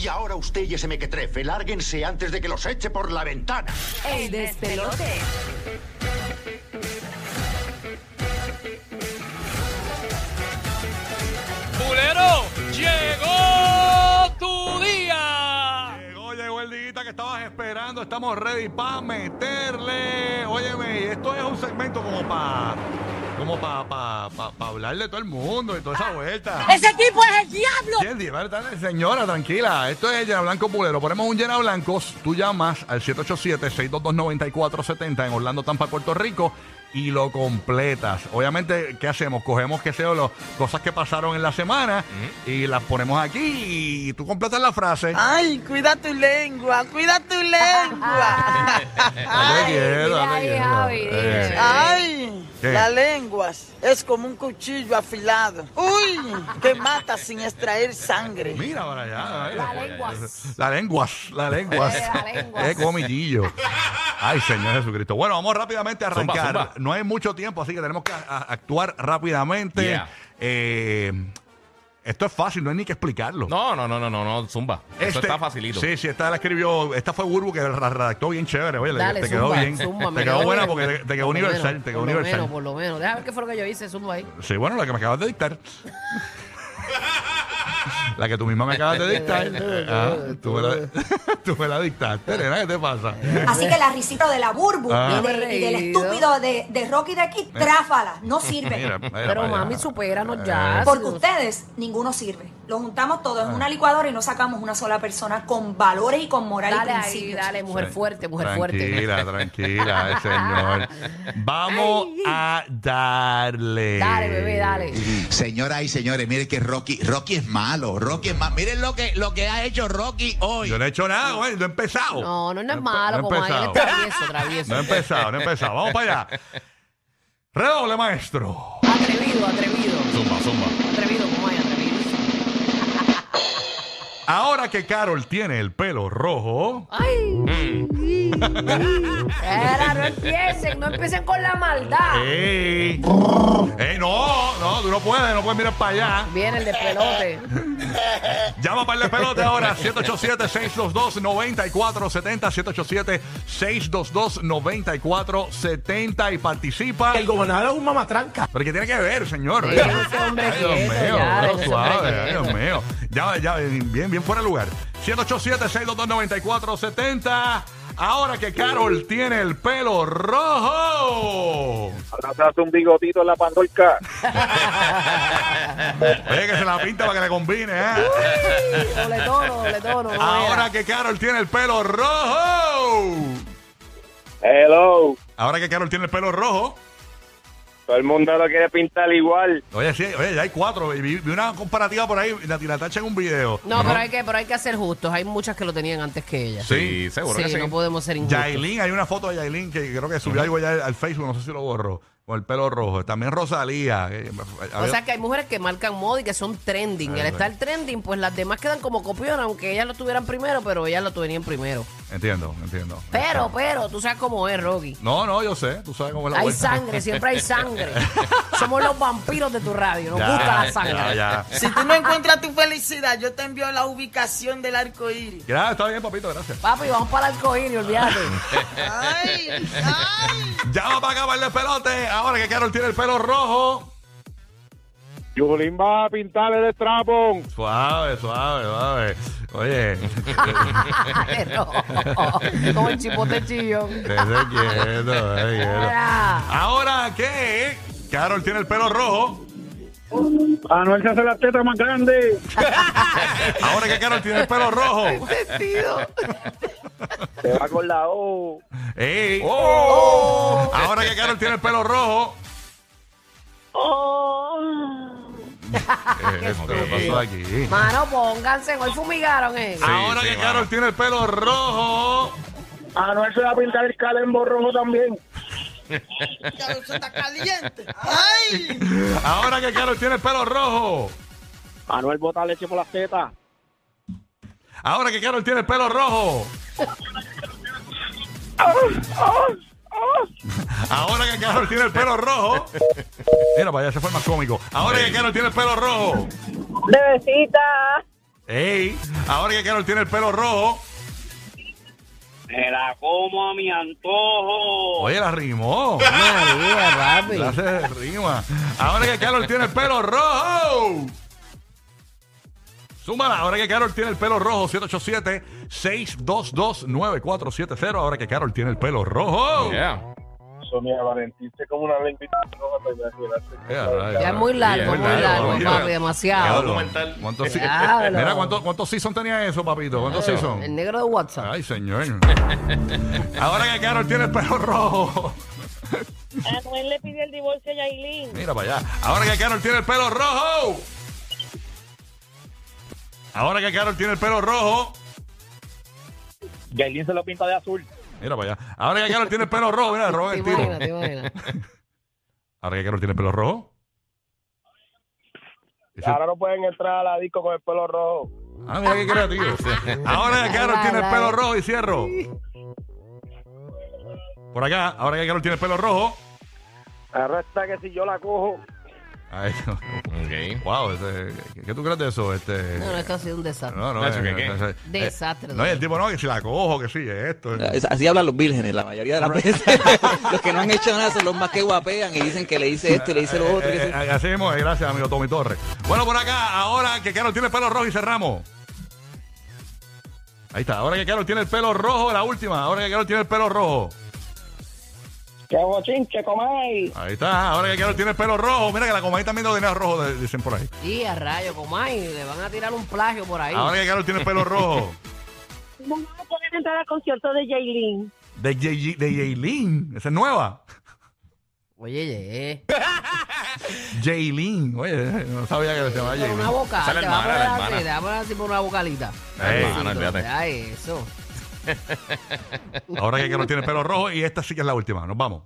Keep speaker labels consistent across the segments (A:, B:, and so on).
A: Y ahora usted y ese mequetrefe, lárguense antes de que los eche por la ventana.
B: El despelote.
C: ¡Bulero! ¡Llegó tu día!
D: Llegó, llegó el diguita Eh, que estabas esperando. Estamos ready para meterle. Óyeme, y esto es un segmento como para como para pa, pa, pa hablarle a todo el mundo y toda esa vuelta.
E: ¡Ese tipo es el diablo!
D: Yendi, vale, dale, señora, tranquila. Esto es Llena Blanco Pulero. Ponemos un Llena Blancos. Tú llamas al 787-622-9470 en Orlando, Tampa, Puerto Rico. Y lo completas. Obviamente, ¿qué hacemos? Cogemos, qué sé yo, las cosas que pasaron en la semana y las ponemos aquí y tú completas la frase.
E: Ay, cuida tu lengua, cuida tu lengua.
D: Dale quieto,
B: mira
D: dale
B: ahí,
D: quieto.
B: Javi,
D: Eh,
E: Ay,
D: ¿Qué?
E: las lenguas es como un cuchillo afilado. Uy, que mata sin extraer sangre.
D: Mira para allá. eh.
B: La lenguas.
D: La lenguas, la lenguas.
B: Eh, la lenguas.
D: Qué comiquillo. Ay, Señor Jesucristo. Bueno, vamos rápidamente a
C: Zumba,
D: arrancar.
C: zumba.
D: No hay mucho tiempo, así que tenemos que a- a- actuar rápidamente.
C: Yeah.
D: Eh, esto es fácil, no hay ni que explicarlo.
C: No, no, no, no, no, no, zumba. Esto
D: Este-
C: está facilito.
D: Sí, sí, esta la escribió, esta fue Burbu que la redactó bien chévere, oye, le-
F: Dale,
D: te quedó
F: zumba,
D: bien.
F: zumba, me
D: te quedó
F: quedó
D: buena
F: bien.
D: porque te, te quedó
F: Por lo
D: universal,
F: menos,
D: te quedó
F: por lo
D: universal.
F: menos, por lo menos. Déjame ver qué fue lo que yo hice, zumba ahí.
D: Sí, bueno, la que me acabas de dictar. La que tú misma me acabas de dictar. Ah, tú, me la, tú me la dictaste, nena, ¿qué te pasa?
G: Así que la risita de la burbu
D: Ah.
G: y, de- y del
F: Reído.
G: estúpido de, de Rocky de aquí, tráfala, no sirve.
D: Ah, Mira, mira para
F: Pero
D: allá. Eh,
F: mami, supéranos ya.
G: Porque
F: si no-
G: ustedes, ninguno sirve. Lo juntamos todo
D: Ah.
G: en una licuadora y no sacamos una sola persona con valores y con moral
F: Dale
G: y
F: ahí,
G: principios.
F: dale, mujer
D: Sí.
F: fuerte, mujer fuerte.
D: Tranquila, tranquila, ay, señor. Vamos a darle.
F: Dale, bebé, dale.
H: Señoras y señores, miren que Rocky, Rocky es malo, Rocky es malo. Miren lo que, lo que ha hecho Rocky hoy.
D: Yo no he hecho nada, güey, no he empezado.
F: No, no, no es
D: empe-
F: malo,
D: no he
F: como ahí él es
D: empezado.
F: travieso, travieso.
D: No he empezado, no he empezado. Vamos para allá. Redoble, maestro.
F: Atrevido, atrevido.
C: Zumba, zumba.
F: Atrevido, como ahí, atrevido.
D: Ahora que Carol tiene el pelo rojo.
F: Ay.
D: Mm.
F: Era, no empiecen, no empiecen con la maldad.
D: ¡Ey! ¡Ey, no! No, tú no puedes, no puedes mirar para allá.
F: Viene el despelote.
D: Llama para el pelote ahora, 787-622-9470, 787-622-9470 y participa. El gobernador es un mamatranca. Pero ¿qué tiene que ver, señor?
F: Sí, ese hombre
D: Ay, Dios
F: quieto,
D: mío,
F: ya,
D: bueno,
F: ese hombre
D: suave, ay,
F: quieto.
D: Dios mío. Ya, ya, bien, bien fuera de lugar. 787-622-9470. Ahora que Carol tiene el pelo rojo.
I: Abrazaste un bigotito en la pandorca.
D: Oye, que se la pinta para que le combine, ¿eh?
F: Doble tono, doble tono. no
D: Ahora
F: era.
D: que Carol tiene el pelo rojo.
I: Hello.
D: Ahora que Carol tiene el pelo rojo.
I: Todo el mundo lo quiere pintar igual.
D: Oye, sí, oye, ya hay cuatro. Vi, vi una comparativa por ahí, la tiratacha en un video.
F: No, pero hay que, pero hay que ser justos. Hay muchas que lo tenían antes que ella.
C: Sí, seguro que
F: Sí,
C: sí.
F: no podemos ser injustos.
D: Yailin, hay una foto de Yailin que creo que subió algo ya al Facebook, no sé si lo borró, con el pelo rojo. También Rosalía. que-
F: O
D: había-
F: sea que hay mujeres que marcan moda y que son trending. Y al estar trending, pues las demás quedan como copionas, aunque ellas lo tuvieran primero, pero ellas lo tuvieran primero.
D: Entiendo, entiendo. Este,
F: Pero, pero, tú sabes cómo es, Rocky.
D: No, no, yo sé, tú sabes cómo es Ah. la
F: Hay
D: vuelta.
F: sangre, siempre hay sangre. Somos los vampiros de tu radio, nos
D: Ya,
F: gusta la sangre.
D: Ya, ya.
E: Si tú no encuentras tu felicidad, yo te envío la ubicación del arco iris.
D: Gracias, está bien, papito, gracias.
F: Papi, vamos para el arcoíris, olvídate.
E: Ay, ay.
D: Llama para acá, para el pelote. Ahora que Carol tiene el pelo rojo.
I: Yulín va a pintar el trapo.
D: Suave, suave, suave. Oye.
F: Pero, como el chipote chillón.
D: Ese quieto, ese quieto.
F: Ahora.
D: Ahora que Carol tiene el pelo rojo.
I: Anuel se hace la teta más grande.
D: Ahora que Carol tiene el pelo rojo.
I: Se va con la O.
D: Ey. Ahora que Carol tiene el pelo rojo. ¿Qué pasó aquí?
F: Mano, pónganse, hoy fumigaron, eh.
D: Ahora
C: sí,
D: que
C: mano.
D: Carol tiene el pelo rojo.
I: Anuel se va a pintar el calembo rojo también.
E: Ya eso está caliente. Ay.
D: Ahora que Carol tiene el pelo rojo.
I: Anuel bota leche por las tetas.
D: Ahora que Carol tiene el pelo rojo. Ahora que Carol tiene el pelo rojo. Mira, para allá se fue más cómico. Ahora que Carol tiene el pelo rojo.
J: Bebecita,
D: Ey, ahora que Carol tiene el pelo rojo.
I: Me la como a mi antojo.
D: Oye, la rimó.
F: María, papi.
D: La hace rima. Ahora que Carol tiene el pelo rojo. Súmala, ahora que Carol tiene el pelo rojo, 787-622-9470. Ahora que Carol tiene el pelo rojo.
C: Yeah.
I: Sonia Valentín se como una lengüita roja para imaginarse.
D: Yeah, right.
F: Ya es muy largo,
C: Muy
F: muy
C: largo,
F: largo,
C: muy
F: papi,
D: largo.
F: demasiado.
D: documental. ¿Cuántos se-
F: Diablo.
D: Mira, ¿cuántos cuántos season tenía eso, papito? ¿Cuántos season?
F: El negro de WhatsApp.
D: Ay, señor. Ahora que Carol tiene el pelo rojo.
J: Anuel le pidió el divorcio a Yailin.
D: Mira para allá. Ahora que Carol tiene el pelo rojo. Ahora que Carol tiene el pelo rojo.
I: Yailin se lo pinta de azul.
D: Mira para allá. Ahora que Carol tiene el pelo rojo. Mira, roba
F: Te
D: el tiro.
F: imaginas, te imaginas.
D: Ahora que Carol tiene el pelo rojo. Ese-
I: Ahora no pueden entrar a la disco con el pelo rojo.
D: Ah, mira qué creativo. Ahora que Carol tiene el pelo rojo y cierro. Por acá. Ahora que Carol tiene el pelo rojo.
I: Ahora está que si yo la cojo.
D: Ahí.
C: Ok.
D: Wow, ese- ¿qué, qué tú crees de eso? Este,
F: No, no, esto ha sido un desastre.
D: No, no,
C: Nacho,
D: eh,
C: ¿qué, qué?
D: eh, eh,
F: Desastre,
D: No, y el tipo no, que si la cojo, que sí, esto.
H: Ah,
D: eh.
E: Así hablan los vírgenes, la mayoría de las veces. los que no han hecho nada son los más que guapean y dicen que le hice esto y le hice lo otro.
D: Eh, eh, así mismo, eh, gracias, amigo Tommy Torres. Bueno, por acá, ahora que Carol tiene el pelo rojo y cerramos. Ahí está, ahora que Carol tiene el pelo rojo, la última. Ahora que Carol tiene el pelo rojo.
I: ¡Qué bochín, que comáis!
D: Ahí está, ahora que Carol tiene el pelo rojo. Mira que la comadita también tiene dinero rojo, de- dicen por ahí.
F: Y a rayo, Comay, le van a tirar un plagio por ahí.
D: Ahora que Carol tiene el pelo rojo.
J: No me pueden entrar al concierto de Yailin.
D: De Ye- de Yailin, esa es nueva.
F: Oye, ye.
D: Jaylin, oye, no sabía que se llamaba
F: Por
D: Jaylin.
F: una boca,
C: Esa es la
F: te va a
C: hermana, la
F: poner así,
C: hermana.
F: te va a poner así por una vocalita.
C: La
D: Ey.
C: hermana, olvídate.
F: Ya eso.
D: Ahora que Carol tiene el pelo rojo y esta sí que es la última. Nos vamos.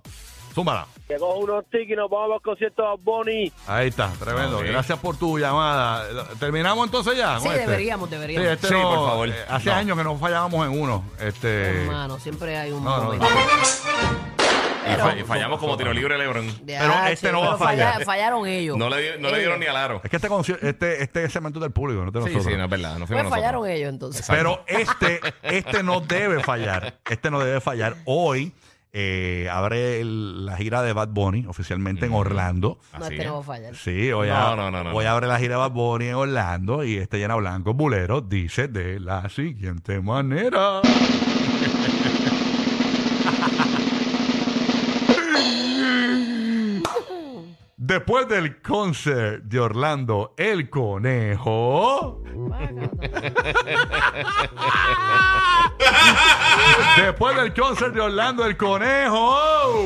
D: Zúmbala.
I: Llegó unos tickets y nos vamos a los conciertos a Bonnie.
D: Ahí está, tremendo.
C: Ok.
D: Gracias por tu llamada. ¿Terminamos entonces ya?
F: Sí,
D: con este?
F: deberíamos,
D: Sí,
F: deberíamos.
D: este
C: Sí,
D: no-
C: por favor.
D: eh, hace
C: No.
D: años que no fallábamos en uno. Este,
F: Hermano, siempre hay un
D: no, no,
F: momento.
D: no.
C: Y, fa- y fallamos como tiro libre, Lebron.
F: De Eh.
D: Pero
F: H,
D: este no va a
F: pero falla-
D: fallar.
F: fallaron ellos.
C: No le, di- no le dieron ni al aro.
D: Es que este, conci- este, este segmento es del público, no te
C: Sí,
D: nosotros.
C: sí, no es verdad. No
F: Pues
C: fuimos
F: fallaron
C: nosotros.
F: ellos entonces.
D: Pero este, este no debe fallar. Este no debe fallar. Hoy eh, abre el- la gira de Bad Bunny oficialmente en Orlando.
F: No,
C: Así
F: este
C: es.
F: no va a fallar.
D: Sí, hoy,
C: No,
D: a-
C: no, no, no,
D: hoy
C: no.
D: abre la gira Bad Bunny en Orlando y este llena blanco bulero dice de la siguiente manera. Después del concert de Orlando, el conejo. Después del concert de Orlando, el conejo.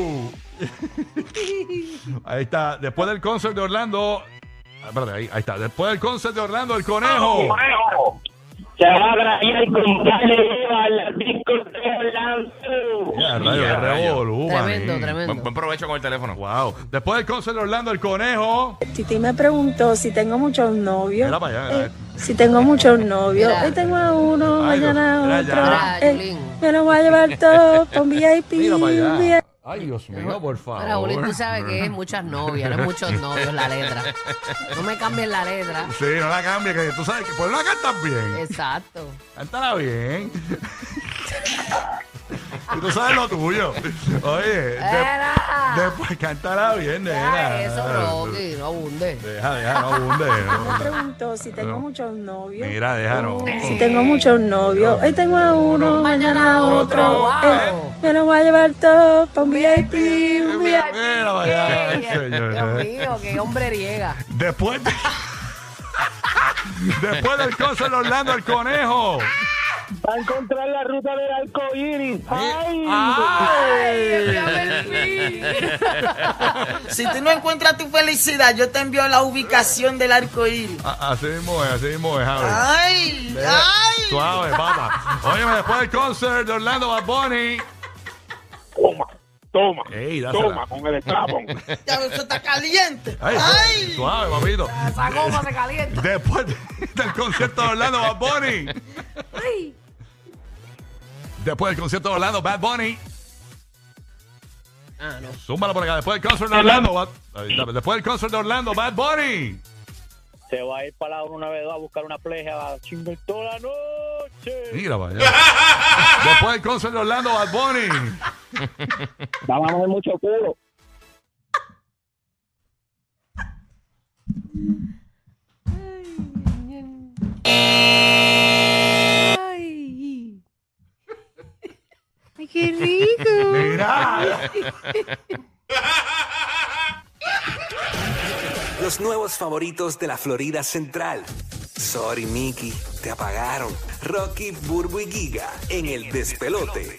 D: Ahí está. Después del concert de Orlando. ah, Espérate, ahí, ahí está. Después del concert de Orlando, el conejo.
C: Ah,
I: Se va a grabar con Dale a la disco de Orlando.
D: Ya, rayo,
C: Ya,
D: qué
C: rayo.
D: revolú,
F: Tremendo,
D: maní.
F: tremendo.
C: Buen, buen provecho con el teléfono.
D: Wow. Después del concert de Orlando, el conejo.
J: Titi me preguntó si tengo muchos
D: Era
J: novios.
D: para allá. eh.
J: Si tengo muchos novios.
F: Mira.
J: Hoy tengo a uno,
D: Ay, mira
J: mañana
D: ya.
J: a otro.
F: Mira,
J: Eh,
F: Yulín.
J: me lo voy a llevar todo con VIP.
D: Mira para
J: VIP.
D: allá. Ay, Dios mío, por favor.
F: Ahora, Juli, tú sabes que es muchas novias, no es muchos novios la letra. No me cambien la letra.
D: Sí, no la cambies, que tú sabes que pues la cantas bien.
F: Exacto.
D: Cántala bien. y tú sabes lo tuyo. Oye, de-
F: Era.
D: después cántala bien, nena.
F: Ya, eso, Rocky, no abunde.
D: Deja, deja, no abunde.
J: Me
D: no.
J: preguntó si tengo muchos novios.
D: Mira, déjalo.
J: Si tengo muchos novios. Hoy tengo a uno, mañana a
D: otro.
J: otro.
F: Wow.
J: Me lo voy a llevar todo con VIP.
D: Mira, mira, vaya,
F: Ey,
D: señor.
F: Dios mío, qué hombre riega.
D: Después de- Después del concert de Orlando el conejo.
I: Va a encontrar la ruta del arco iris. ¡Ay!
E: Si tú no encuentras tu felicidad, yo te envío la ubicación del arco iris.
D: A- Así mismo es, así mismo es, Javi.
E: ¡Ay! ¡Ay!
D: Suave, papá. Óyeme, después del concert de Orlando Bad Bunny.
I: Toma, toma,
D: Ey, dásela.
I: toma con el estrapón.
E: Ya, Eso está caliente.
D: Ay,
E: ¡Ay!
D: Suave, papito.
F: Esa goma se calienta.
D: Después de- del concierto de Orlando Bad Bunny. Después del concierto de Orlando Bad Bunny.
F: Ah, no.
D: Zúmbala por acá. Después del concert de Orlando Bad... Ahí está. Después del concert de Orlando Bad Bunny.
I: se va a ir para la 192 a buscar una pleja, va a chingar toda la noche.
D: Mira, vaya. Después del concert de Orlando Bad Bunny.
I: Vamos a ver mucho culo.
B: Ay. Ay, qué rico.
D: Mira.
K: Los nuevos favoritos de la Florida Central. Sorry, Mickey, te apagaron. Rocky, Burbu y Giga en el despelote.